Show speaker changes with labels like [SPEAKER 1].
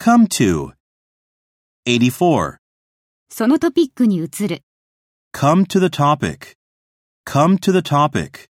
[SPEAKER 1] come to. 84.
[SPEAKER 2] そのトピックに移る。
[SPEAKER 1] Come to the topic. Come to the topic.